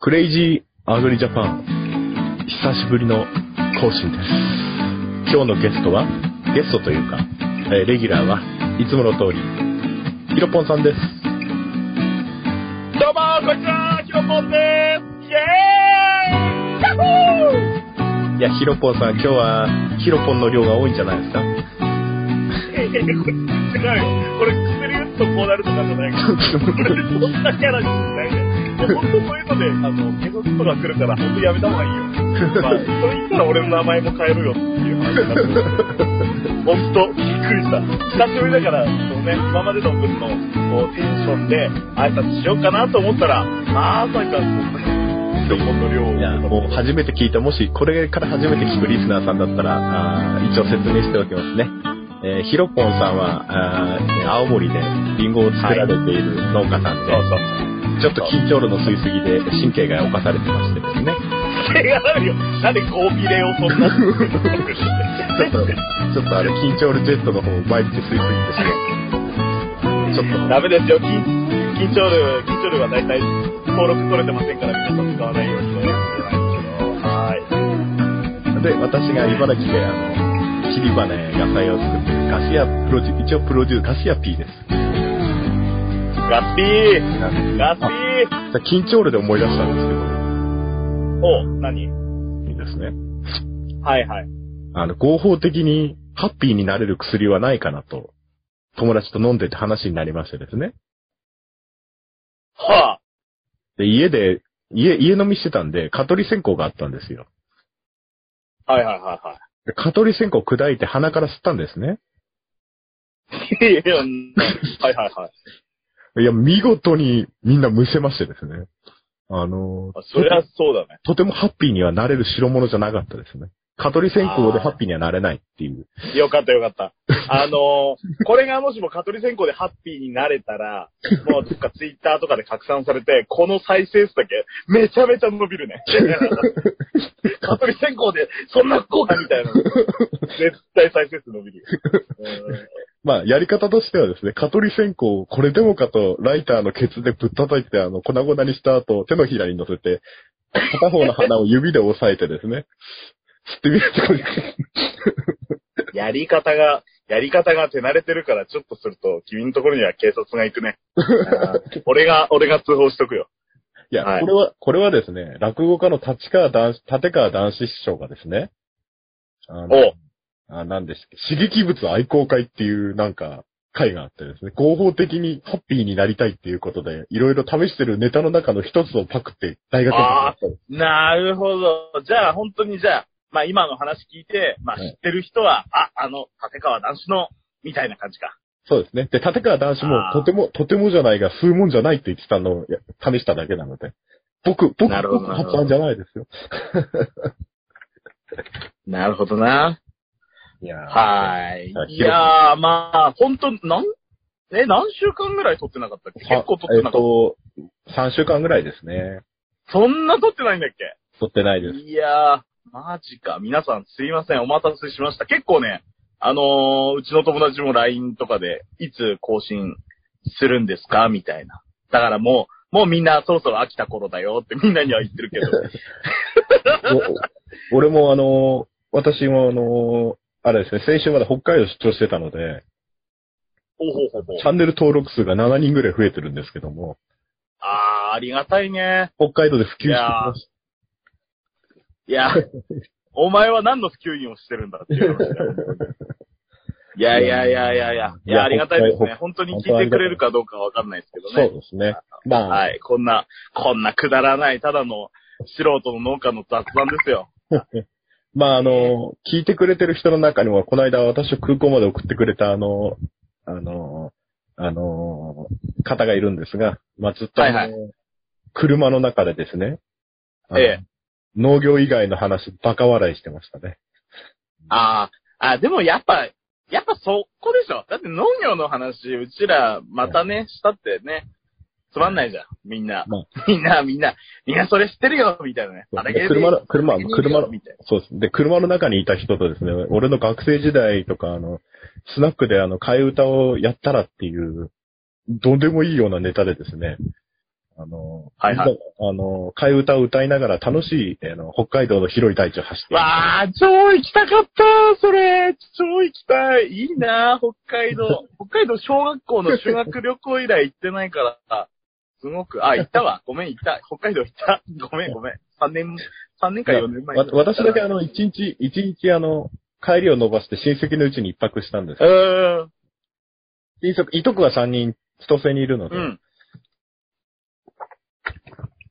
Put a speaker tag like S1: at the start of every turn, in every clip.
S1: クレイジーアグリジャパン、久しぶりの更新です。今日のゲストは、ゲストというか、えーレギュラーはいつもの通り、ヒロポンさんです。
S2: どうもこんにちは、ヒロポンです。イエーイヤッホー
S1: いや、ヒロポンさん、今日はヒロポンの量が多いんじゃないですか
S2: いやいやいや、これ違うよ。これ薬打つとこうなるとかじゃないから。これそんなキャラじゃないよ。もう本当そういうので、あの、警察とか来るから本当やめた方がいいよ。まあ、それ言ったら俺の名前も変えるよっていう話になってる本当、びっくりした。久しぶりだから、そのね、今までの分のこうテンションで挨拶しようかなと思ったら、まさか、こんなヒロポンの量を。
S1: いや、もう初めて聞いた、もしこれから初めて聞くリスナーさんだったら、あー一応説明しておきますね。えーヒロポンさんは、あー青森でリンゴを作られている農家さんで、
S2: そうそうそう。
S1: ちょっと緊張度の吸いすぎで神経が侵されてましてですね。
S2: 違うよ。なんでコービレをそんな。
S1: ちょっと、ちょっとあれ、緊張度ジェットの方を毎日吸いすぎてしまう。ちょっと、
S2: ダメですよ。緊緊張る、緊張るは大体登録取れてませんから、皆さん使わないようにお願いします。はい。
S1: で、私が茨城で、あの、切り花や野菜を作ってるガシアプロデュ、一応プロデュー、ガシア P です。
S2: ガッピーガッピー
S1: あ緊張度で思い出したんで
S2: お、何
S1: すけど、いいですね。
S2: はいはい。
S1: あの、合法的にハッピーになれる薬はないかなと、友達と飲んでて話になりましてですね。
S2: はあ。
S1: で、家で、家、家飲みしてたんで、蚊取り線香があったんですよ。
S2: はいはいはいは
S1: で蚊取り線香を砕いて鼻から吸ったんですね。
S2: い。いやいや、うんはいはいはい。
S1: いや、見事にみんなむせましてですね。あの、
S2: そりゃそうだね。
S1: とてもハッピーにはなれる代物じゃなかったですね。蚊取り線香でハッピーにはなれないっていう。
S2: よかったよかった。あのーこれがもしも蚊取り線香でハッピーになれたら、もうどっかツイッターとかで拡散されて、この再生数だけめちゃめちゃ伸びるね。蚊取り線香でそんな効果みたいな。絶対再生数伸びるよ。うん
S1: まあ、やり方としてはですね、蚊取り線香をこれでもかとライターのケツでぶったたいて、あの、粉々にした後、手のひらに乗せて、片方の鼻を指で押さえてですね、吸ってみるとこに、
S2: やり方が、やり方が手慣れてるから、ちょっとすると、君のところには警察が行くね。あー俺が、俺が通報しとくよ。
S1: いや、
S2: はい
S1: これは、これはですね、落語家の立川男子、立川男子師匠がですね、あの、
S2: お
S1: あなんでしたっけ、刺激物愛好会っていうなんか、会があってですね、合法的にハッピーになりたいっていうことで、いろいろ試してるネタの中の一つをパクって大学生になったんです
S2: なるほど。じゃあ、本当にじゃあ、まあ今の話聞いて、まあ
S1: はい
S2: 知ってる人は、あ、あの、立川男子の、みたいな感じか。
S1: そうですね。で、立川男子も
S2: あー
S1: とても、とてもじゃないが、吸うもんじゃないって言ってたのをや試しただけなので。僕、僕、
S2: なるほど
S1: 僕
S2: なるほど
S1: 発案じゃないですよ。
S2: なるほどな。
S1: いや
S2: はー
S1: はい
S2: い。いやー、まあ、本当なん、え、何週間ぐらい撮ってなかったっけ結構撮って
S1: え
S2: なか
S1: っ
S2: った。
S1: と、3週間ぐらいですね。
S2: そんな撮ってないんだっけ
S1: 撮ってないです。
S2: いやー、マジか。皆さんすいません。お待たせしました。結構ね、あのーうちの友達も LINE とかで、いつ更新するんですかみたいな。だからもう、もうみんなそろそろ飽きた頃だよってみんなには言ってるけ ど。
S1: お俺もあの、私もあの、あれですね、先週まで北海道出張してたので、
S2: ほうほうほうほう
S1: チ。ャンネル登録数が7人ぐらい増えてるんですけども、
S2: あー、ありがたいね。
S1: 北海道で普及してきまし
S2: いや、お前は何の普及員をしてるんだっていう話だよ。いやいやいやいやいや。いや、ありがたいですね。本当に聞いてくれるかどうかわかんないですけど
S1: た。
S2: ね。
S1: そうですね。まあ、
S2: はい。こんな、こんなくだらない、ただの素人の農家の雑談ですよ。
S1: まあ、あの、聞いてくれてる人の中にも、この間私を空港まで送ってくれたあの、あの、あの、方がいるんですが、まあ、ずっとあの、
S2: はい
S1: 車の中でですね、あの
S2: ええ
S1: 農業以外の話、バカ笑いしてましたね。
S2: ああ、あでもやっぱ、やっぱそこでしょ。だって農業の話、うちら、またね、したってね、つまんないじゃん。みんな
S1: まあ。
S2: みんな、みんな、みんなそれ知ってるよ、みたいなね。
S1: そう
S2: あれ
S1: で車の、車、車の、
S2: みたい
S1: そうです。で、車の中にいた人とですね、俺の学生時代とか、あの、スナックであの、替え歌をやったらっていう、どうでもいいようなネタでですね、あの、
S2: はいはい
S1: あの、替え歌を歌いながら楽しい、あの、北海道の広い大地を走っている
S2: わあ、超行きたかったそれ超行きたいいいな北 海道。北海道小学校の修学旅行以来行ってないから、すごく、あ、行っ たわ。ごめん、行った。北海道行った。ごめん、ごめん。3年、三年か4年前
S1: わ私だけあの、一日、一日あの、帰りを伸ばして親戚のうちに一泊したんです
S2: う。ーん。
S1: いとこ、いとこが三人、千歳にいるので。
S2: うん。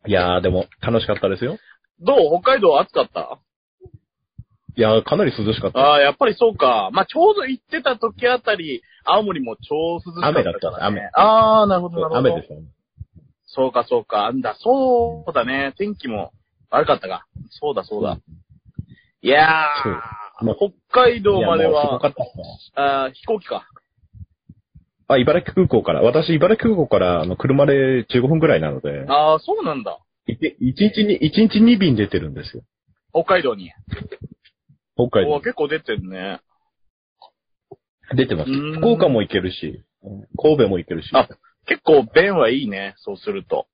S1: いやー、でも、楽しかったですよ。
S2: どう北海道暑かった
S1: いやー、かなり涼しかった。
S2: ああ、やっぱりそうか。まあ、ちょうど行ってた時あたり、青森も超涼しかったから、ね。
S1: 雨だったから雨
S2: ああ、なるほど、なるほど。
S1: 雨でしたね。
S2: そうか、そうか。あんだ、そうだね。天気も悪かったか。そうだ、そうだ。いや
S1: そう
S2: ー、
S1: まあ
S2: 北海道ま
S1: い
S2: で
S1: やもうすご
S2: は、
S1: かったっすね
S2: あー飛行機か。
S1: あ、茨城空港から。私、茨城空港から、あの、車で15分くらいなので、
S2: ああ、そうなんだ。
S1: いて一日に、一日2便出てるんですよ。
S2: 北海道に。
S1: 北海
S2: おー
S1: 道。
S2: 結構出てるね。
S1: 出てます
S2: うーん。
S1: 福岡も行けるし、神戸も行けるし。
S2: あ結構便はいいね。そうすると。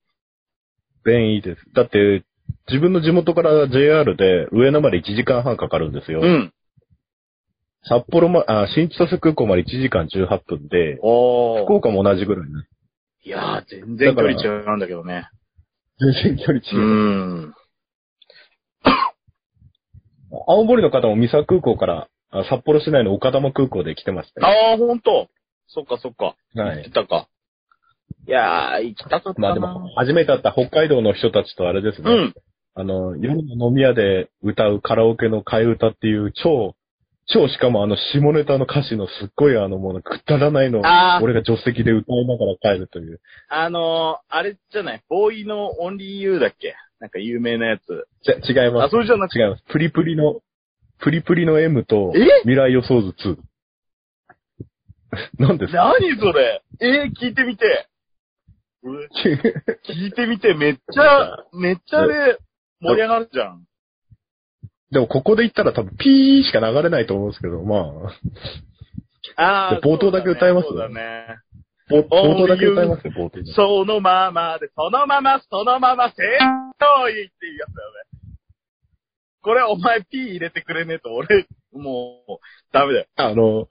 S1: 便いいです。だって、自分の地元から JR で上野まで1時間半かかるんですよ。
S2: うん。
S1: 札幌ま、あ、新千歳空港まで1時間18分で、
S2: お
S1: 福
S2: ー。
S1: 岡も同じぐらいね。
S2: いやー、全然距離違うんだけどね。
S1: 全然距離
S2: う
S1: 違う。
S2: ん。
S1: 青森の方も三沢空港から、あ札幌市内の岡玉空港で来てましたよ。
S2: ああ、ほんと。そっか、そっか。
S1: は
S2: 行って
S1: い。
S2: たか。いやー、行きたかった
S1: ま
S2: な。
S1: あでも、初めて会った北海道の人たちとあれですね。
S2: うん。
S1: あの、夜の飲み屋で歌うカラオケの替え歌っていう超、超しかもあの下ネタの歌詞のすっごいあのもうくだらないのを
S2: あー
S1: 俺が助手席で歌いながら帰るという。
S2: あのー、あれじゃない、ボーイのオンリーユーだっけなんか有名なやつ。
S1: じゃ、違い
S2: あ、
S1: ます。
S2: それじゃなくて、
S1: 違います。プリプリの、プリプリの M と
S2: え、
S1: 未来予想図2。何 ですか
S2: 何それえー、聞いてみて。う聞いてみて、めっちゃ、めっちゃあれ、盛り上がるじゃん。
S1: でもここで言ったら多分ピーしか流れないと思うんですけど、まあ、
S2: あー
S1: で冒頭だけ歌えます
S2: そうだね。
S1: 冒
S2: おー
S1: 冒頭だけ歌いますよ、冒頭に。
S2: そのままで、そのまま、そのまま、正当いいっていうやつだよね。これ、お前 P 入れてくれねえと、俺、もう、ダメだよ。
S1: あの、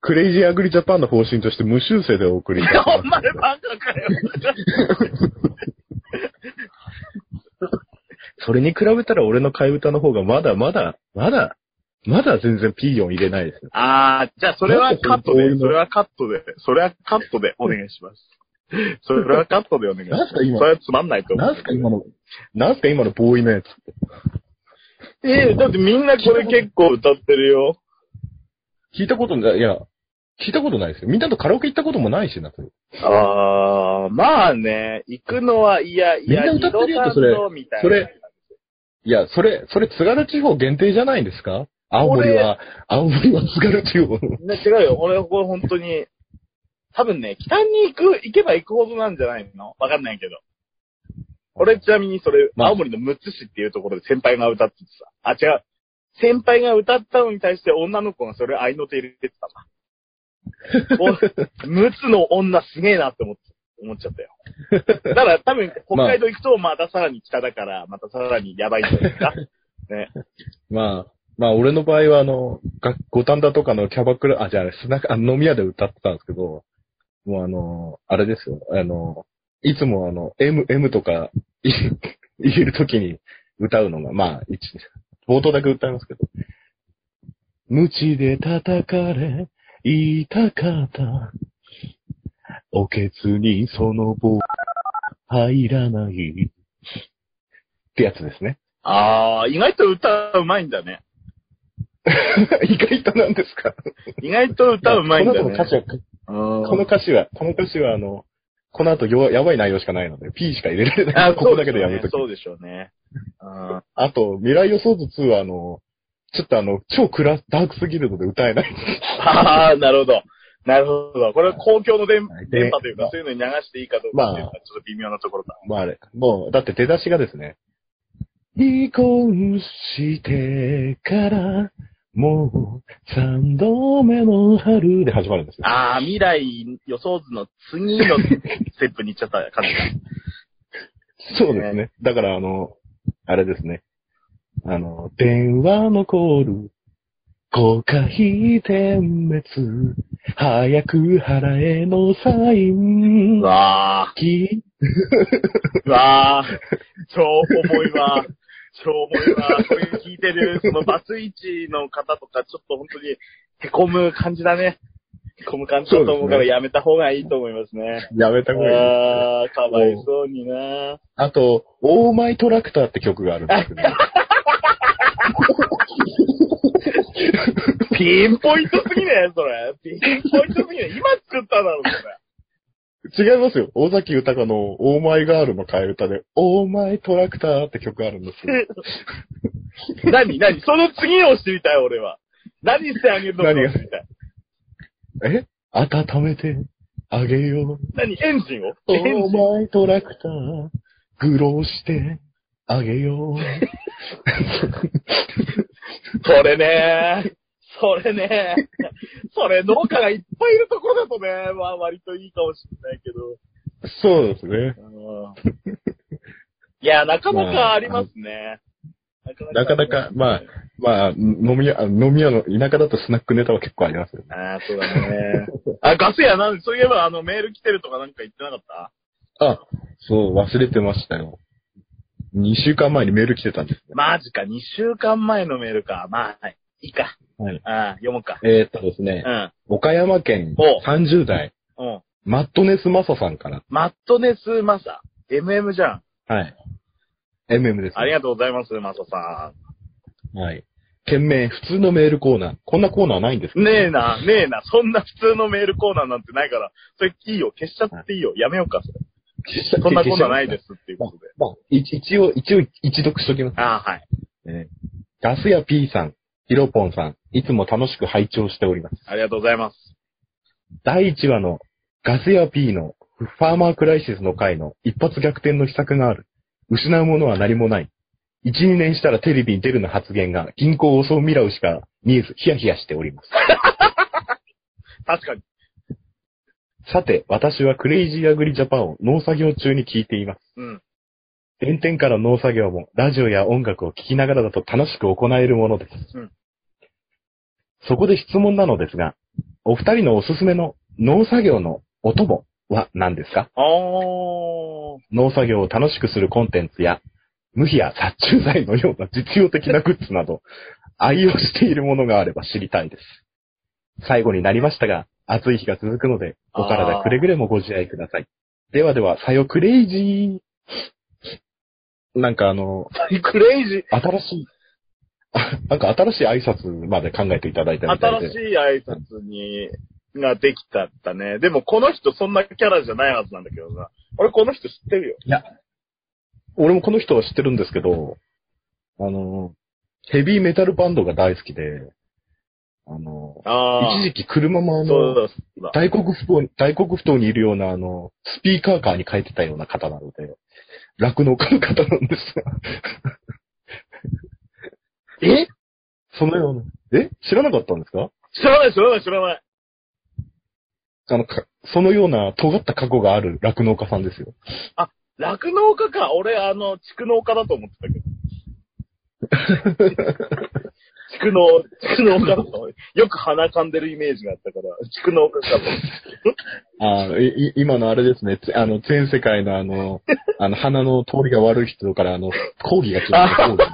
S1: クレイジーアグリジャパンの方針として無修正でお送りいたし ます
S2: お前バカかよ。
S1: それに比べたら俺の替え歌の方がまだまだ、まだ、まだ全然 P 音入れないですよ。
S2: あー、じゃあそれはカット
S1: なんでこ
S2: で、
S1: の
S2: それはカットで、それはカットでお願いします。 それはカットでお願いしま
S1: なん
S2: す。
S1: すか今
S2: それはつまんないと思う。
S1: なんすか今の、なんすか今のボーイのやつって。
S2: ええだってみんなこれ結構歌ってるよ。
S1: 聞いたことない、いや、聞いたことないですよ。みんなとカラオケ行ったこともないしな、それ。
S2: あー、まあね、行くのは嫌、嫌、
S1: みんな歌ってるよ
S2: 二度
S1: それ
S2: 三度みたいな
S1: それいや、それ、それ津軽地方限定じゃないんですか青森は、青森は津軽地方。
S2: ね、違うよ。俺、これ本当に、多分ね、北に行く、行けば行くほどなんじゃないのわかんないけど。俺、ちなみにそれ、
S1: まあ
S2: 青森のむつ市っていうところで先輩が歌っててさ。あ、違う。先輩が歌ったのに対して女の子がそれを合いの手入れてた わ。おむつの女すげえなって思って、思っちゃったよ。だから多分、北海道行くとまたさらに北だから、またさらにやばいんじゃないですか。
S1: まあ、まあ俺の場合はあの、が五反田とかのキャバクラ、あ、じゃあ砂か、あ飲み屋で歌ってたんですけど、もうあの、あれですよ、あの、いつもあの、M、M とか、い 言えるときに歌うのが、まあ、一、冒頭だけ歌いますけど、無知で叩かれ、痛かった。おけつにその棒、入らない。ってやつですね。
S2: ああ、意外と歌うまいんだね。
S1: 意外となんですか
S2: 意外と歌うまいんだね。
S1: この子の歌詞は、こ
S2: こ
S1: の歌詞は、この歌詞はあの、この後よ、やばい内容しかないので、P しか入れられない。
S2: あ、
S1: ここだけでやめとき。
S2: そうでしょうね。うん
S1: あと、未来予想図2はあの、ちょっとあの、超クラス、ダークすぎるので歌え ない。
S2: ああ、なるほど。なるほど。これは公共の電
S1: はい
S2: 電波というか
S1: で、
S2: そういうのに流していいかどうかっていうのはちょっと微妙なところだ。
S1: まああれ、もう、だって出だしがですね、離婚してから、もう、三度目の春で始まるんですよ。
S2: ああ、未来予想図の次のステップに行っちゃった感じ
S1: そうですね。だから、あの、あれですね。あの、電話のコール、誤解点滅、早く払えのサイン
S2: う、わあ、
S1: き、
S2: うわあ、超重いわ。超重いわ。こういう聞いてる、そのバス位置の方とか、ちょっと本当に、へこむ感じだね。へこむ感じだと
S1: そ
S2: 思うから、
S1: うですね
S2: やめた方がいいと思いますね。
S1: やめた方がいいです。
S2: ああ、かわいそうにな。
S1: あと、オーマイトラクターって曲があるんですけど、
S2: ピンポイントすぎねそれ。ピンポイントすぎね今作っただろ、それ。
S1: 違いますよ。尾崎豊のオーマイガールの替え歌で、オーマイトラクターって曲があるんですよ。
S2: 何何その次を知りたい、俺は。何してあげるのかを知
S1: 何
S2: り
S1: が
S2: たい。
S1: え温めてあげよう。
S2: 何エンジンを
S1: オ
S2: エンジン
S1: ーマイトラクター、グローしてあげよう。
S2: それねそれねそれ農家がいっぱいいるところだとね、まあ割といいかもしれないけど。
S1: そうですね。
S2: うんいや、なかなかありますね。
S1: なかなか、まあ、まあ、飲み屋、あ飲み屋の、田舎だとスナックネタは結構ありますよね。
S2: ああ、そうだね。 あ、ガスやなんそういえば、あの、メール来てるとかなんか言ってなかった
S1: あ、そう、忘れてましたよ。2週間前にメール来てたんです。
S2: マジか、2週間前のメールか。まあ、はい。いいか。
S1: はい
S2: ああ、読もうか。
S1: えーっとです
S2: う
S1: ね、
S2: ん。
S1: 岡山県
S2: お
S1: 30代、
S2: うん。
S1: マットネスマサさんから。
S2: マットネスマサ。MM じゃん。
S1: はい。MM です、
S2: ありがとうございます、マサさ
S1: はい。件名、普通のメールコーナー。こんなコーナーないんですか。
S2: ん。ねえな、ねえな。そんな普通のメールコーナーなんてないから、それいいよ。消しちゃっていいよ。やめようか、それ。そんなコーナーないですすっていうことで。
S1: まあ、い一応、一応、一読しときます。
S2: ああ、はい。
S1: ね、ガスや P さん、ヒロポンさん、いつも楽しく拝聴しております。
S2: ありがとうございます。
S1: 第1話のガスや P のファーマークライシスの回の一発逆転の秘策がある。失うものは何もない。1、2年したらテレビに出るの発言が銀行を襲うミラウしか見えずヒヤヒヤしております。
S2: 確かに。
S1: さて、私はクレイジーアグリジャパンを農作業中に聞いています。
S2: うん。
S1: 原点からの農作業もラジオや音楽を聴きながらだと楽しく行えるものです。
S2: うん
S1: そこで質問なのですが、お二人のおすすめの農作業のお供は何です か
S2: おー。
S1: 農作業を楽しくするコンテンツや、無比や殺虫剤のような実用的なグッズなど、愛用しているものがあれば知りたいです。最後になりましたが、暑い日が続くので、お
S2: あー
S1: 体くれぐれもご自愛ください。ではでは、さよクレイジー。なんかあの、
S2: クレイジー。
S1: 新しい、あなんか新しい挨拶まで考えていただいたみたいで。
S2: 新しい挨拶に、ができたったね。でもこの人そんなキャラじゃないはずなんだけどな。俺この人知ってるよ。
S1: 俺もこの人は知ってるんですけど、あの、ヘビーメタルバンドが大好きで、あの、
S2: あ
S1: 一時期車もあ
S2: あ。そう
S1: の、
S2: だ、そうだ。
S1: 大黒不当、大黒不当にいるようなあの、スピーカーカーに変えてたような方なので、酪農家の方なんですが、
S2: え
S1: そのような、え知らなかったんですか
S2: 知らない、知らない、知らない。
S1: あの、かそのような尖った過去がある酪農家さんですよ。
S2: 酪農家か。俺、あの、畜農家だと思ってたけど。畜農、畜農 家だと思う。よく鼻噛んでるイメージがあったから、畜農家かと思って。
S1: あのいい今のあれですね、つあの、全世界のあの、あの、鼻の通りが悪い人から、あの、抗議が来ますよ、抗議。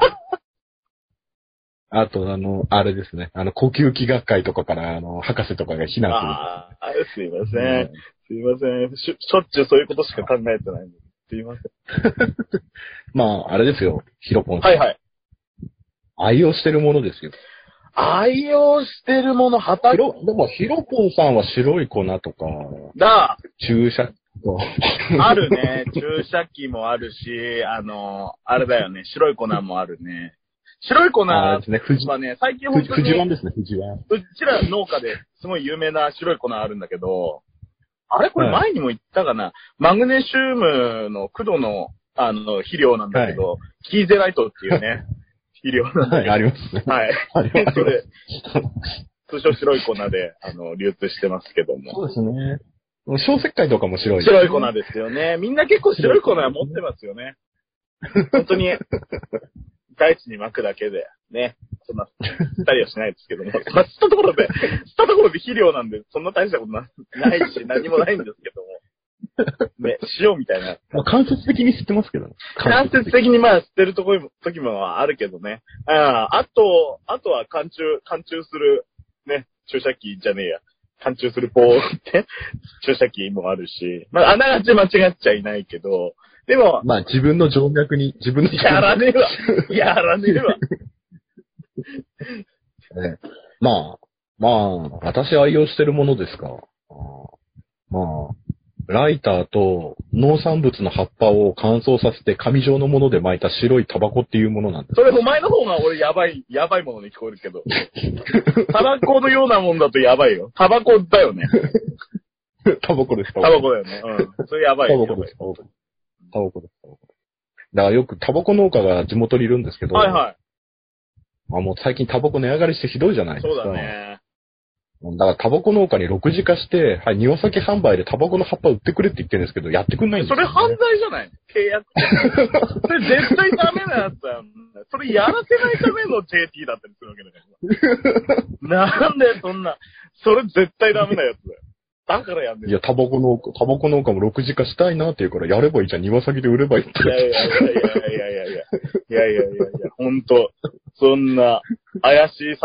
S1: あと、あの、あれですね、あの、呼吸器学会とかから、あの、博士とかが非難
S2: ああ、すいますせ
S1: る。
S2: ん。すいません。しょしょっちゅうそういうことしか考えてないんで。すいません。
S1: まあ、あれですよ、ヒロポンさん。
S2: はいはい。
S1: 愛用してるものですよ。
S2: 愛用してるもの、
S1: ヒ
S2: 畑
S1: ロ、でも、ヒロポンさんは白い粉とか、
S2: だ、
S1: 注射とか、
S2: あるね。注射器もあるし、あの、あれだよね。白い粉もあるね。白い粉
S1: あれ
S2: は
S1: ですね、藤、
S2: ね、最近本当
S1: 藤
S2: に、
S1: 番
S2: う
S1: ですね、藤番。
S2: ちら農家ですごい有名な白い粉あるんだけど、あれこれ
S1: は
S2: 前にも言ったかな、マグネシウムのクドの、あの、肥料なんだけど、キーゼライトっていうね、肥料なんだ
S1: は
S2: け
S1: い、ありますね。
S2: ど、はい。
S1: あり ます
S2: そ
S1: ね。
S2: れ通称白い粉で、あの、流通してますけども。
S1: そうですね。小石灰とかも白い。
S2: 白い粉ですよね。みんな結構白い粉は持ってますよね。本当に、大地に巻くだけで、ね。そんな、吸ったりはしないですけども。まあ、吸ったところで、吸ったところで肥料なんで、そんな大したことなないし、何もないんですけども。ね、塩みたいな。
S1: まあ間接的に知ってますけどね。
S2: 間接的にまあ、捨てるとこも、時もあるけどね。ああ、あと、あとは貫中、貫中する、ね、注射器じゃねえや。貫中する棒って、 注射器もあるし。まあ、あながち間違っちゃいないけど、でも、
S1: まあ自分の静脈に、自分の
S2: やらねえわ。 やらねえわ。
S1: ねまあ、まあ、私愛用してるものですか。あーまあ、ライターと農産物の葉っぱを乾燥させて紙状のもので巻いた白いタバコっていうものなんです。
S2: それお前の方が俺やばい、やばいものに聞こえるけ ど。タバコのようなもんだとやばいよ。タバコだよね。
S1: タバコです、タ
S2: タバコだよね。うん。それやばい
S1: タ
S2: よ。
S1: バコです、タバコです。タバコです、タバコです。だからよくタバコ農家が地元にいるんですけど、
S2: はいは
S1: まあもう最近タバコ値上がりしてひどいじゃない
S2: い。
S1: で
S2: そ
S1: す
S2: う
S1: か。
S2: だ。ね。
S1: だからタバコ農家に6次化して、はい、庭先販売でタバコの葉っぱ売ってくれって言ってるんですけど、やってくんないんです
S2: そ
S1: よ、ね。
S2: れ犯罪じゃない契約。それ絶対ダメなやつだよ。それやらせないための JT だったりするわけだから。なんでそんな、それ絶対ダメなやつだよ。だからやんね
S1: い
S2: え。
S1: や、タバコ農家、タバコ農家も6次化したいなっていうから、やればいいじゃん、庭先で売ればいいって
S2: い。やいやいやいやいやいやいやいやいやいやいやいや、ほんと、そんな怪しい誘い。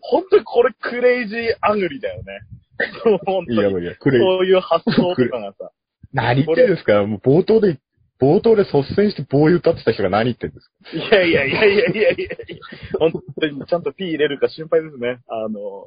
S2: ほんとこれクレイジーアグリだよね。ほんと
S1: いやい
S2: に。
S1: やいや、
S2: そ
S1: クレイ。
S2: ういう発想とかがさ。
S1: 何言ってんですかもう冒頭で、冒頭で率先して棒歌ってた人が何言ってんですか
S2: いやいやいやいやいやいやほんとにちゃんと P 入れるか心配ですね。あの、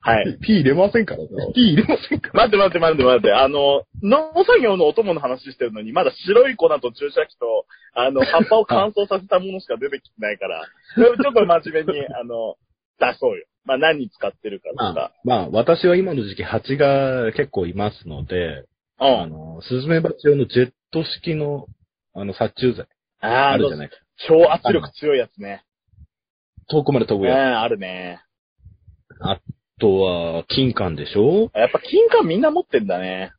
S2: はい。
S1: ?P 入れませんからね。P 入れませんか
S2: 待って待って待って待って、あの、農作業のお供の話してるのに、まだ白い粉と注射器と、あの、葉っぱを乾燥させたものしか出てきてないから、ちょっと真面目に、あの、出そうよ。まあ、何に使ってるかと
S1: ら。まあ
S2: か。、
S1: まあ、私は今の時期蜂が結構いますので、あ
S2: うん。
S1: の、スズメバチ用のジェット式の、あの、殺虫剤。
S2: ああ、
S1: あ
S2: あ
S1: る
S2: の
S1: じゃ、ないか。
S2: 超圧力強いやつね。
S1: 遠くまで飛
S2: う
S1: ぶ
S2: ん、
S1: やつ。あ
S2: あるね。
S1: とは、金管でしょ
S2: やっぱ金管みんな持ってんだね。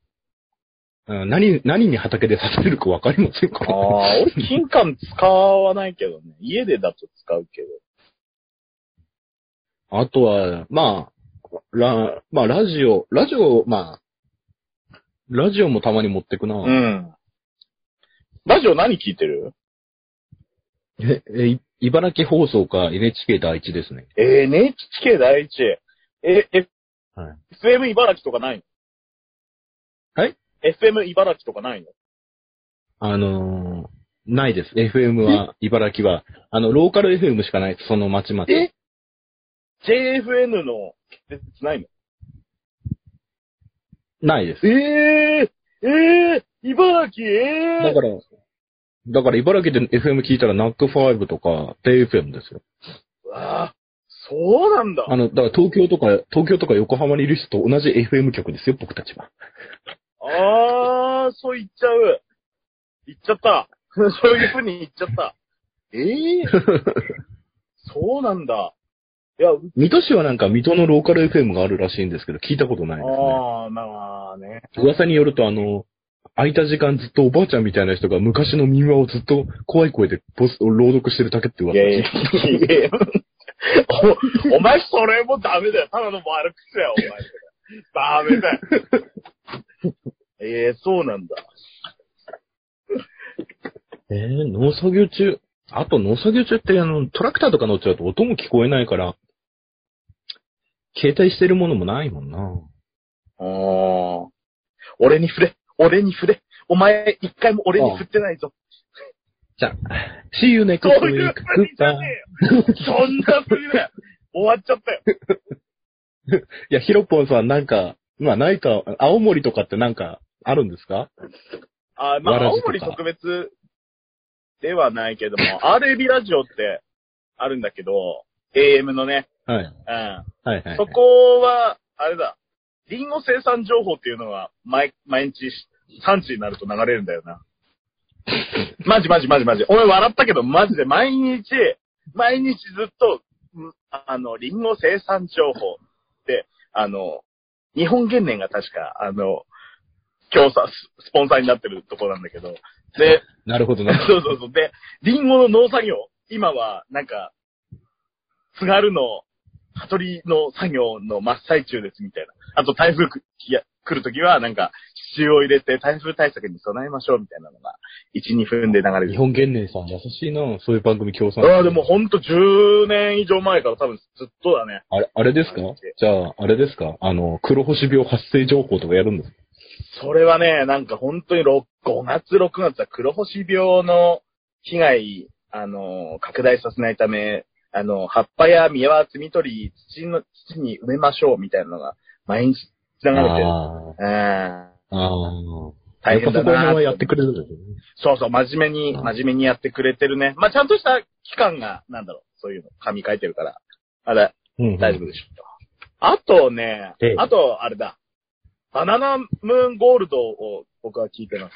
S1: うん何、何に畑で刺されるかわかりませんか
S2: あ
S1: ら。
S2: あ、俺金管使わないけどね。家でだと使うけど。
S1: あとは、まあ、ラ、まあ、ラジオ、ラジオ、まあ、ラジオもたまに持ってくな。
S2: うん。ラジオ何聞いてる
S1: え、え、い茨城放送か NHK 第一ですね。
S2: えー、NHK 第一。え、え、
S1: はい
S2: FM 茨城とかないの
S1: はい
S2: ?FM 茨城とかないの
S1: あのーないです。FM は、茨城は、あの、ローカル FM しかないです、その町まで。
S2: え ?JFN の決定ないの
S1: ないです。
S2: ええええ茨城え
S1: だから、だから茨城で FM 聞いたら NAC5 とか TFM ですよ。
S2: わあ、そうなんだ。
S1: あの、だから東京とか、東京とか横浜にいる人と同じ FM 局ですよ、僕たちは。
S2: ああ、そう言っちゃう。言っちゃった。 そういうふうに言っちゃった。ええ そうなんだ。いや、
S1: 水戸市はなんか水戸のローカル FM があるらしいんですけど、聞いたことないですね。
S2: ああ、まあね。
S1: 噂によると、あの、空いた時間ずっとおばあちゃんみたいな人が昔の民話をずっと怖い声でボスを朗読してるだけって
S2: い
S1: 噂
S2: やいやいやいやおお前それもダメだよ。ただの悪口だよ、お前それ。ダメだよ。 ええそうなんだ。
S1: えー、農作業中。あと農作業中って、あの、トラクターとか乗っちゃうと音も聞こえないから、携帯してるものもないもんな。
S2: あー俺に触れ、俺に触れ。お前、一回も俺に振ってないぞ。
S1: じゃあ、See you next
S2: そういう
S1: week,
S2: ふうにじゃねえよ。そんなふうにだよ。終わっちゃったよ。
S1: いや、ヒロポンさんなんか、まあないか、青森とかってなんかあるんですか
S2: あーま
S1: わ
S2: あ、
S1: ら
S2: 青
S1: じとか
S2: 森特別ではないけども、RAB ラジオってあるんだけど、AM のね、
S1: はい。
S2: うん。
S1: はいはい。
S2: そこは、あれだ、リンゴ生産情報っていうのは、毎、毎日し、3時になると流れるんだよ な。マジマジマジマジ。俺笑ったけど、マジで毎日、毎日ずっと、んあの、リンゴ生産情報って、あの、日本原年が確か、あの、協賛、ススポンサーになってるとこなんだけど。で、
S1: なるほどね。
S2: そうそうそう。で、リンゴの農作業、今は、なんか、津軽の、羽鳥の作業の真っ最中です、みたいな。あと、台風くいや来るときは、なんか、支柱を入れて、台風対策に備えましょう、みたいなのが、1、2分で流れ
S1: 日
S2: る。
S1: 本原年さん優しいなそういう番組協賛。
S2: ああ、でもほんと10年以上前から多分ずっとだね。
S1: あれ、あれですかじゃあ、あれですかあの、黒星病発生情報とかやるんですか
S2: それはね、なんか本当にろ5月、6月は黒星病の被害、あの、拡大させないため、あの、葉っぱや実は摘み取り、土の、土に埋めましょうみたいなのが毎日流れてる。
S1: あ
S2: うん。
S1: あ。ああ。
S2: 大
S1: や
S2: 変だ
S1: っぱそこら
S2: な
S1: 辺はやってくれるんですよね。
S2: そうそう、真面目に、
S1: うん
S2: 真面目にやってくれてるね。まあ、ちゃんとした期間が、なんだろう、そういうの、紙書いてるから。あれ、
S1: うんうん
S2: 大丈夫でしょうと。あとね
S1: ええ、
S2: あと、あれだ。バナナムーンゴールドを僕は聞いてます。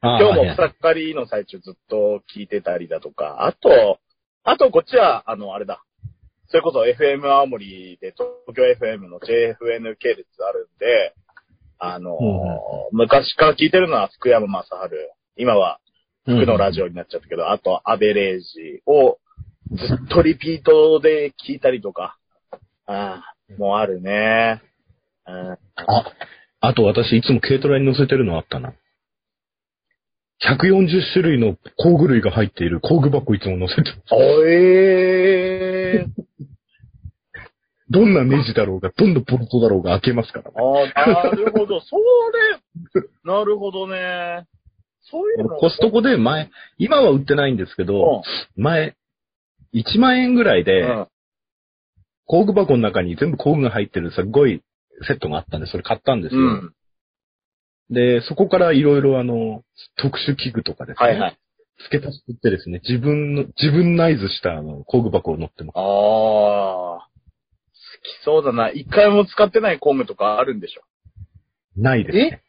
S1: ああ
S2: 今日
S1: は
S2: も
S1: い
S2: 草刈りの最中ずっと聞いてたりだとか、あと、あとこっちは、あの、あれだ。それこそ FM 青森で東京 FM の JFN 系列あるんで、あの、昔から聞いてるのは福山雅治。今は
S1: うん
S2: 僕のラジオになっちゃったけど、あとアベレージをずっとリピートで聞いたりとか、ああ、もうあるね。うん、
S1: あ、あと私いつも軽トラに乗せてるのあったな。140種類の工具類が入っている工具箱いつも乗せてる。
S2: おえー。
S1: どんなネジだろうが、どんなボルトだろうが開けますからね。
S2: ああ、なるほど。それ、なるほどね。そういうの。
S1: コストコで前、今は売ってないんですけど、前、1万円ぐらい
S2: うん。
S1: で、
S2: うん
S1: 工具箱の中に全部工具が入ってるすっごいセットがあったんで、それ買ったんですよ。
S2: うん。
S1: で、そこからいろいろあの、特殊器具とかですね。
S2: はいはい。
S1: 付け足しってですね、自分の、自分ナイズしたあの、工具箱を乗ってます。
S2: ああ。好きそうだな。一回も使ってない工具とかあるんでしょ。
S1: ないですね。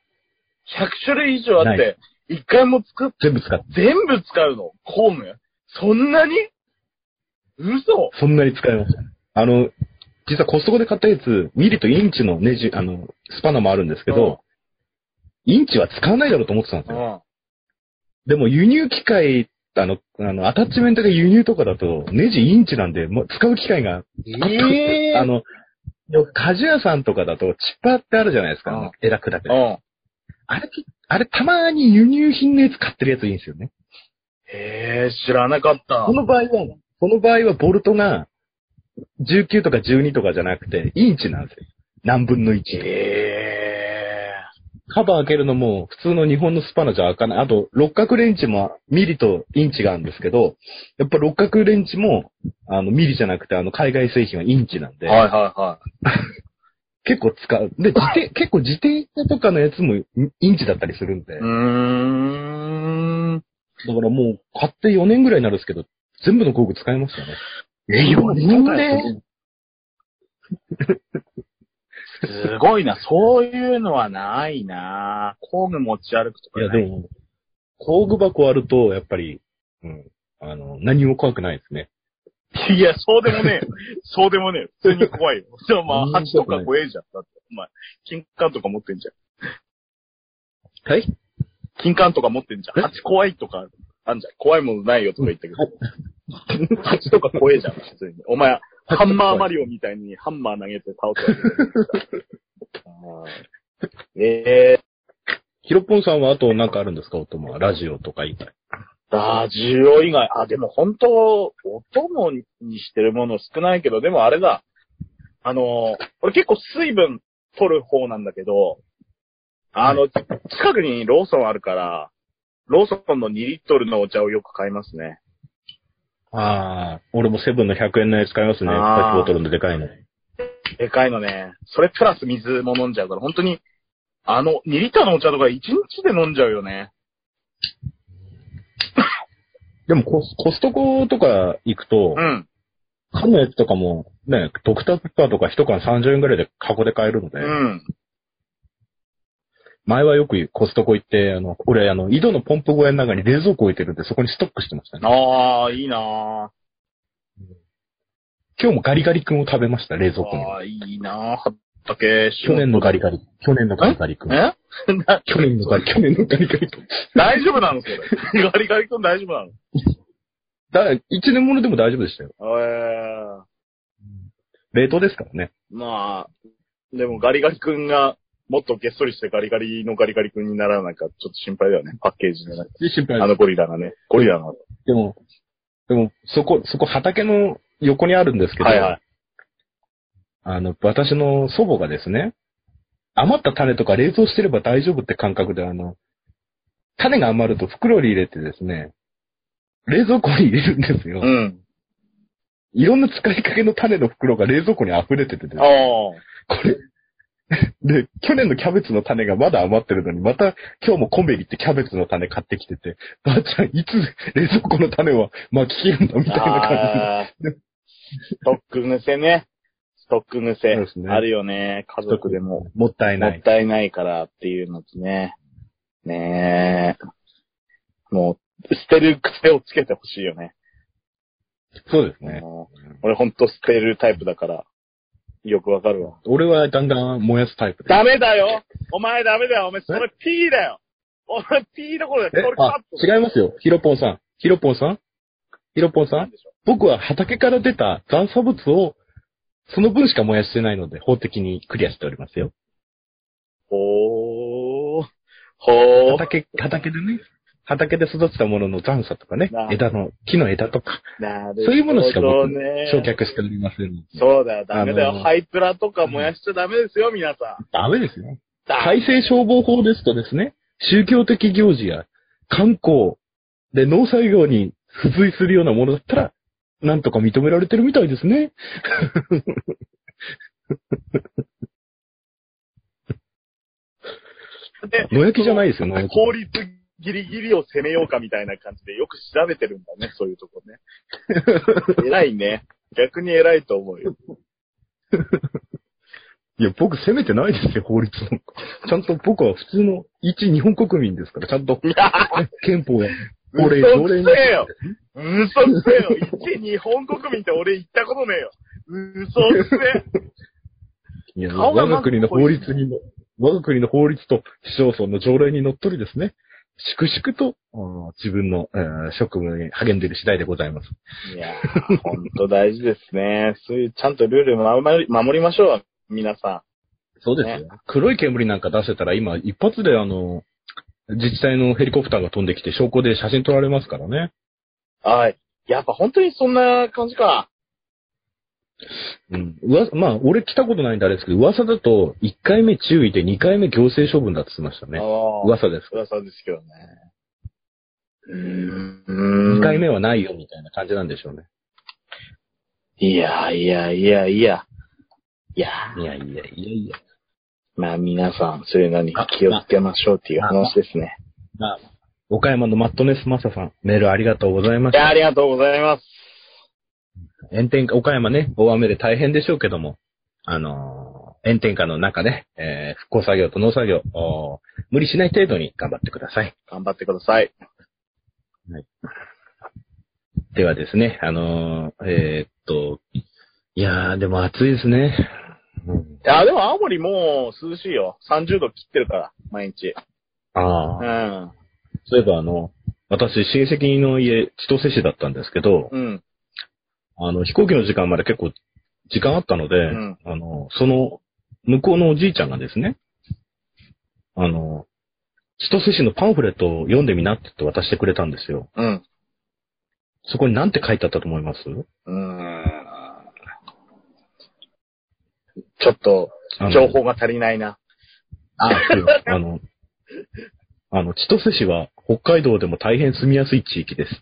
S2: 100種類以上あっ
S1: な
S2: て、一回も使っ、
S1: 全部使って、
S2: 全部使うの工具そんなに嘘
S1: そんなに使いました。あの、実はコストコで買ったやつ、ミリとインチのネジ、あの、スパナもあるんですけど、インチは使わないだろうと思ってたんです
S2: う
S1: よ。
S2: ん。
S1: でも輸入機械、あの、あの、アタッチメントが輸入とかだと、ネジインチなんで、もう使う機会が、
S2: ええ
S1: あの、よく鍛冶屋さんとかだと、チッパーってあるじゃないですか、あ
S2: うん
S1: の、枝砕く
S2: う
S1: やつ。
S2: ん。
S1: あれ、あれ、たまに輸入品のやつ買ってるやついいんですよね。
S2: へえ、知らなかった
S1: こ。の場合は、この場合はボルトが、19とか12とかじゃなくて、インチなんですよ。何分の1。
S2: へえ。
S1: カバー開けるのも、普通の日本のスパナじゃ開かない。あと、六角レンチもミリとインチがあるんですけど、やっぱ六角レンチも、あの、ミリじゃなくて、あの、海外製品はインチなんで、
S2: はいはいはい。
S1: 結構使う。で、自 転、結構自転車とかのやつもインチだったりするんで、
S2: うーん。
S1: だからもう、買って4年ぐらいになるんですけど、全部の工具使いましたね。
S2: え4年ですごいな。そういうのはないな。工具持ち歩くと
S1: い
S2: か
S1: や、
S2: ない。
S1: でも、工具箱あると、やっぱり、うん、あの、何も怖くないですね。
S2: いや、そうで もねえ。そうでもねえ。普通に怖いよ。でもまあ、
S1: うん
S2: 8とか怖えじゃん。だって、お前、金管とか持ってんじゃ
S1: はい
S2: ん。金管とか持ってんじゃん。8怖いとかあんじゃん。怖いものないよとか言ったけど。8とか怖えじゃん、普通に。お前、ハンマーマリオみたいにハンマー投げて倒すわ けあーえー、
S1: ヒロポンさんはあと何かあるんですかお供は。ラジオとか以外。
S2: ラジオ以外、あ、でも本当、お供にしてるもの少ないけど、でもあれだ。あの、俺結構水分取る方なんだけど、あの、近くにローソンあるから、ローソンの2リットルのお茶をよく買いますね。
S1: ああ、俺もセブンの100円のやつ買いますね。
S2: あー
S1: パックボトルのでかいの。
S2: でかいのね。それプラス水も飲んじゃうから、本当に、あの、2リッターのお茶とか1日で飲んじゃうよね。
S1: でもコスコストコとか行くと
S2: う、ん。
S1: 缶のやつとかも、ね、ドクターペッパーとか1缶30円ぐらいで箱で買えるので、
S2: うん。
S1: 前はよくコストコ行って、あの、俺、あの、井戸のポンプ小屋の中に冷蔵庫置いてるんで、そこにストックしてましたね。
S2: ああ、いいな
S1: 今日もガリガリ君を食べました、冷
S2: ー
S1: 蔵庫に。
S2: あー。いいなー。ったっけ
S1: 去年のガリガリ。去年のガリガリ君。
S2: え な
S1: 去年のガリ、去年のガリガリ君。
S2: 大丈夫なのそれ。ガリガリ君大丈夫なの
S1: だ、一年ものでも大丈夫でしたよ。
S2: え
S1: 冷凍ですからね。
S2: ー、まあ、でもガリガリ君が、もっとげっそりしてガリガリのガリガリ君にならないか、ちょっと心配だよね。パッケージのね。
S1: 心配
S2: あのゴリラがね。ゴリラが。
S1: でも、でも、そこ、そこ畑の横にあるんですけど、
S2: はいはい。
S1: あの、私の祖母がですね、余った種とか冷蔵してれば大丈夫って感覚で、あの、種が余ると袋に入れてですね、冷蔵庫に入れるんですよ。
S2: うん。
S1: いろんな使いかけの種の袋が冷蔵庫に溢れててです
S2: ああ
S1: ね、。これ。 で、去年のキャベツの種がまだ余ってるのに、また今日もコンビニ行ってキャベツの種買ってきてて、ばあちゃんいつ冷蔵庫の種は巻き切るんだみたいな感
S2: あーストック癖ね。ストック 癖。
S1: そうですね
S2: あるよね。家族でも。
S1: じで。もったい
S2: も
S1: ない
S2: っ。たいないからっていうのとね。ねえ。もう、捨てる癖をつけてほしいよね。
S1: そうですね。
S2: もう俺ほんと捨てるタイプだから。よくわかるわ。
S1: 俺はガンガン燃やすタイプです。
S2: ダメだよお前ダメだよお前それ P だよお前 P どころだ
S1: え
S2: よそれ
S1: あ
S2: カッ、ト
S1: 違いますよ。ヒロポンさん。ヒロポンさんヒロポンさ
S2: なん
S1: ん
S2: でしょ
S1: 僕は畑から出た残作物を、その分しか燃やしてないので、法的にクリアしておりますよ。
S2: ほー。ほー。
S1: 畑、畑でね、畑で育てたものの残差とかね
S2: な、
S1: 枝の、木の枝とか、
S2: なるほどね
S1: そういうものしか僕、焼却しておりませんので。
S2: そうだよ、ダメだよ。
S1: あのー
S2: ハイプラとか燃やしちゃダメですよ、皆さん。
S1: ダメですね。
S2: だ
S1: 改正消防法ですとですね、宗教的行事や観光で農作業に付随するようなものだったら、なんとか認められてるみたいですね。
S2: で
S1: 野焼きじゃないですよ、野焼き。
S2: 法律ギリギリを攻めようかみたいな感じでよく調べてるんだね、そういうとこね。偉い ね。逆に偉いと思うよ。
S1: いや、僕責めてないですよ、法律なんか。ちゃんと僕は普通の一日本国民ですから、ちゃんと、ね憲法や
S2: 嘘
S1: 法
S2: くせ
S1: 令、
S2: え
S1: 条例に
S2: よ嘘くせえよ一日本国民って俺言ったことねえよ嘘くせえ
S1: いや、
S2: 顔が
S1: 我が国の法律にの、我が国の法律と市町村の条例にのっとりですね、粛々と、あの自分の、えー職務に励んでいる次第でございます。
S2: いやー、ほんと大事ですね。そういう、ちゃんとルール守り守りましょう、皆さ
S1: そうですよ。黒い煙なんか出せたら今、一発であの、自治体のヘリコプターが飛んできて、証拠で写真撮られますからね。
S2: ん。はい。やっぱ本当にそんな感じか。
S1: うん。うわ、まあ、俺来たことないんであれですけど、噂だと、1回目注意で2回目行政処分だって言ってました
S2: あ
S1: ね。
S2: ー
S1: 噂です。
S2: 噂ですけどね。うーん。
S1: 2回目はないよ、みたいな感じなんでしょうね。
S2: いやいやいやいや。いや、
S1: いやいやいやいや。
S2: まあ皆さん、そういうのに気をつけましょうっていう話ですね。
S1: まあ、岡山のマットネスマサさん、メールありがとうございま
S2: い
S1: した。
S2: や、ありがとうございます。
S1: 炎天下、岡山ね、大雨で大変でしょうけども、あのー炎天下の中ね、えー復興作業と農作業、おー無理しない程度に頑張ってください。
S2: 頑張ってください。
S1: ではですね、あのーえーっと、いやー、でも暑いですね。うん、
S2: いや、でも青森もう涼しいよ。30度切ってるから、毎日。
S1: あ
S2: う
S1: あ、
S2: ん。
S1: そういえばあの、私、親戚の家、千歳市だったんですけど、
S2: うん。
S1: あの、飛行機の時間まで結構時間あったので、
S2: ん
S1: あの、その、向こうのおじいちゃんがですね、あの、千歳市のパンフレットを読んでみなって言って渡してくれたんですよ。
S2: うん。
S1: そこに何て書いてあったと思います
S2: うーん。ちょっと、
S1: あの
S2: 情報が足りないな。
S1: あ、そうよあの、あの、千歳市は北海道でも大変住みやすい地域です。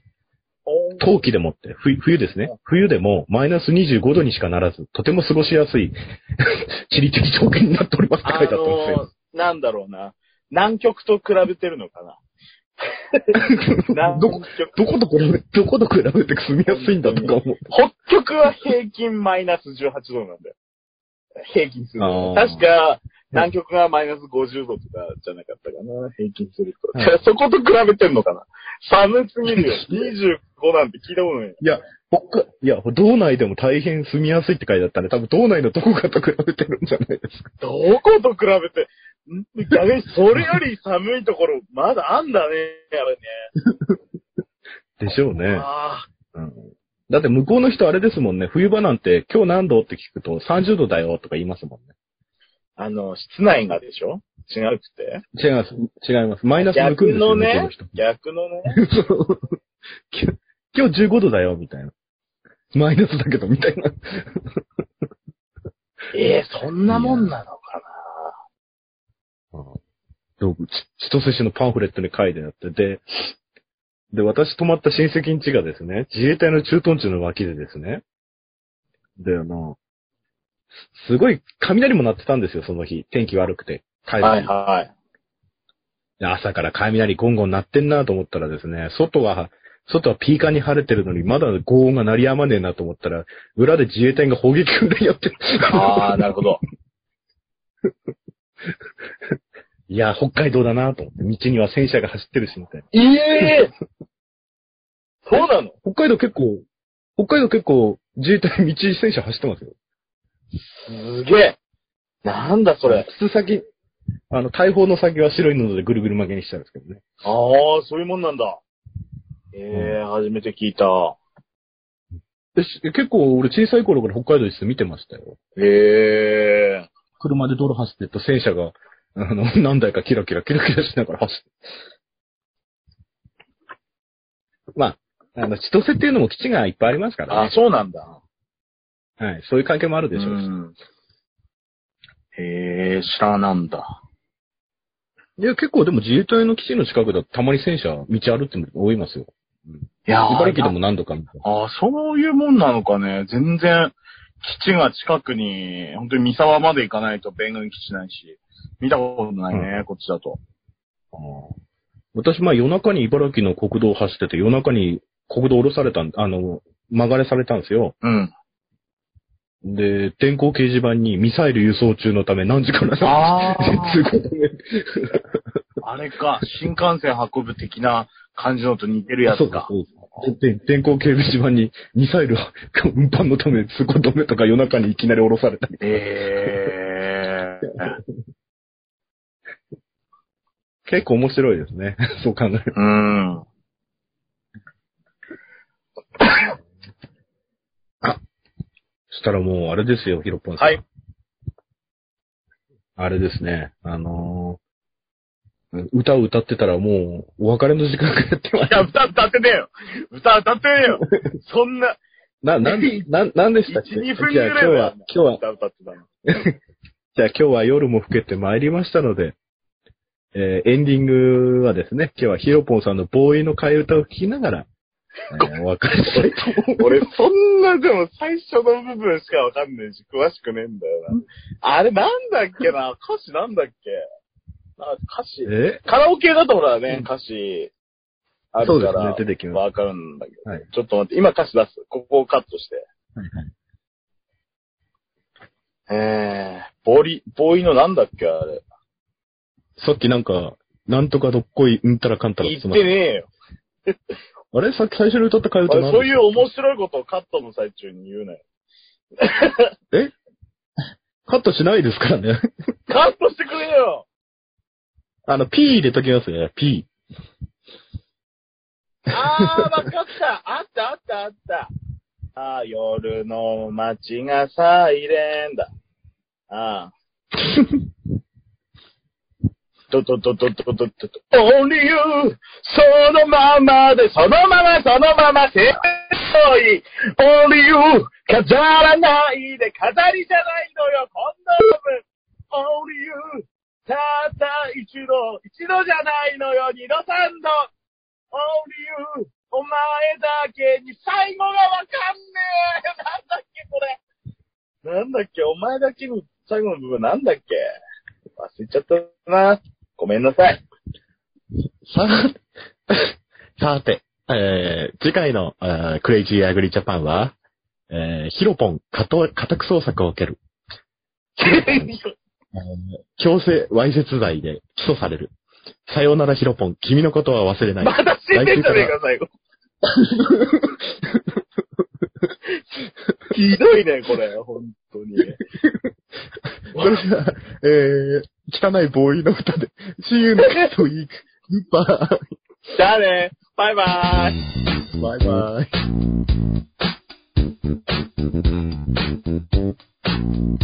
S2: おー
S1: 冬季でもって、冬冬ですね。冬でもマイナス25度にしかならず、とても過ごしやすい 地理的条件になっておりますって
S2: あ
S1: 書いてあったんですよ
S2: の。ー、なんだろうな。南極と比べてるのか な。南
S1: どこ、
S2: 極。
S1: どこと比べ、どこと比べて住みやすいんだとか思う。
S2: 北極は平均マイナス18度なんだよ。平均するの。
S1: あー
S2: 確か、南極がマイナス50度とかじゃなかったかな、平均すると。そこと比べてんのかな寒すぎるよ。25なんて聞いたことない。
S1: いや、僕、いや、道内でも大変住みやすいって書いてあったんで、多分道内のどこかと比べてるんじゃないですか。
S2: どこと比べて、ん逆にそれより寒いところ、まだあんだね、あれ
S1: でしょう
S2: ね。
S1: ね。
S2: ああ、
S1: うん、だって向こうの人あれですもんね、冬場なんて今日何度って聞くと30度だよとか言いますもんね。
S2: あの、室内がでしょ違うくて
S1: 違います、違います。マイナス向くん
S2: 逆
S1: ですよ、
S2: の
S1: 向こうの
S2: ね
S1: 人、
S2: 逆のね。
S1: そう今日今日15度だよ、みたいな。マイナスだけど、みたいな。
S2: ええそんなもんなのか
S1: どうち千歳市のパンフレットに書いてあって、で、で、私泊まった親戚ん家がですね、自衛隊の駐屯地の脇でですね、で、あの、すすごい雷も鳴ってたんですよ、その日。天気悪くて。帰る
S2: な。はいはい。
S1: 朝から雷ゴンゴン鳴ってんなと思ったらですね、外は、外はピーカーに晴れてるのに、まだ轟音が鳴りやまねえなと思ったら、裏で自衛隊が砲撃訓練やってる。
S2: ああ、なるほど。
S1: いや、北海道だなと思って、道には戦車が走ってるし、みたいな。
S2: ええ そうなの
S1: 北海道結構、北海道結構、自衛隊道戦車走ってますよ。
S2: すげえ。なんだそれ。。
S1: 筒先、あの、大砲の先は白い布でぐるぐる曲げにしたんですけどね。
S2: ああ、そういうもんなんだ。ええ初めて聞いた。
S1: でし結構、俺小さい頃から北海道実は見てましたよ。
S2: ええ
S1: 車で道路走ってると戦車が、あの、 何台かキラキラキラキラしながら走って。まあ、あの、千歳っていうのも基地がいっぱいありますから
S2: あ
S1: ね。
S2: そうなんだ。
S1: はい。そういう関係もあるでしょうし。
S2: ん。ええ知らなんだ。
S1: いや、結構でも自衛隊の基地の近くだとたまに戦車、道歩ってるの多いますよ。
S2: いやー
S1: 茨城でも何度か見た。
S2: ああ、そういうもんなのかね。全然、基地が近くに、本当に三沢まで行かないと米軍基地ないし、見たことないね、こっちだと。
S1: あー私、まあ夜中に茨城の国道を走ってて、夜中に国道降ろされたん、あの、曲がれされたんですよ。
S2: うん。
S1: で、電光掲示板にミサイル輸送中のため何時から
S2: あ ー
S1: 通行止め
S2: あれか、新幹線運ぶ的な感じのと似てるやつか。
S1: そうそうで電光掲示板にミサイルは運搬のため通行止めとか夜中にいきなり降ろされたり。
S2: ええ
S1: 結構面白いですね。 そう考える。
S2: うん。
S1: そしたらもうあれですよ、ヒロポンさん。
S2: はい。
S1: あれですね、あのー歌を歌ってたらもうお別れの時間がやってま
S2: い
S1: す。
S2: や、歌歌ってねえよ。歌歌ってねえよ。そんな、
S1: な、なん、なん、なんでしたっけ
S2: 1 2分
S1: じゃあ
S2: ぐ
S1: 今
S2: ら
S1: 日
S2: い
S1: は
S2: は、
S1: 今日は、
S2: 歌歌ってたの。
S1: じゃあ今日は夜も更けて参りましたので、えーエンディングはですね、今日はヒロポンさんのボーイの替え歌を聴きながら、えーお別れしたいと思います
S2: 俺、そんな、でも最初の部分しかわかんないし、詳しくねえんだよな。あれ、なんだっけな歌詞なんだっけあ歌詞。
S1: え
S2: カラオケだとほら
S1: う
S2: ね、
S1: ん
S2: 歌詞ある
S1: そう
S2: か
S1: です
S2: ら
S1: ね、、出てきます。
S2: わかるんだけど、
S1: はい
S2: ちょっと待って、今歌詞出す。ここをカットして。えー、ボーリ、ボーイのなんだっけあれ。
S1: さっきなんか、なんとかどっこい、うんたらかんたら
S2: 言って
S1: その
S2: ねえよ。
S1: あれさっき最初に歌った替え
S2: あ
S1: 歌
S2: れ
S1: なん
S2: そういう面白いことをカットの最中に言うなよ。
S1: カットしないですからね。
S2: カットしてくれよ
S1: あの、P 入れときますね、P。
S2: あー、わかった。あった、あった、あった。あー、夜の街がサイレンだ。あー。ドドドドドドドド。Only you! そのままで、そのまま、そのまま、せっぽい。Only you! 飾らないで、飾りじゃないのよ、こんな部分。Only you! たった一度、一度じゃないのよ、二度三度。Only you! お前だけに最後がわかんねえなんだっけこれなんだっけお前だけに最後の部分なんだっけ忘れちゃったな。ごめんなさい。
S1: さ、 さて、えー、次回の、えークレイジーアグリジャパンは、えー、ヒロポン、家と家宅捜索を受ける。
S2: い
S1: あの強制わいせつ罪で起訴される。さようならヒロポン、君のことは忘れない。
S2: まだ死んでんじゃねえか、最後。ひどいね、これ、本当に。
S1: それでは、えー、汚いボーイの歌で、親友のキスを言い、グッバ
S2: じゃあね、バイバーイ。
S1: イ、バイバイ。
S3: Thank you.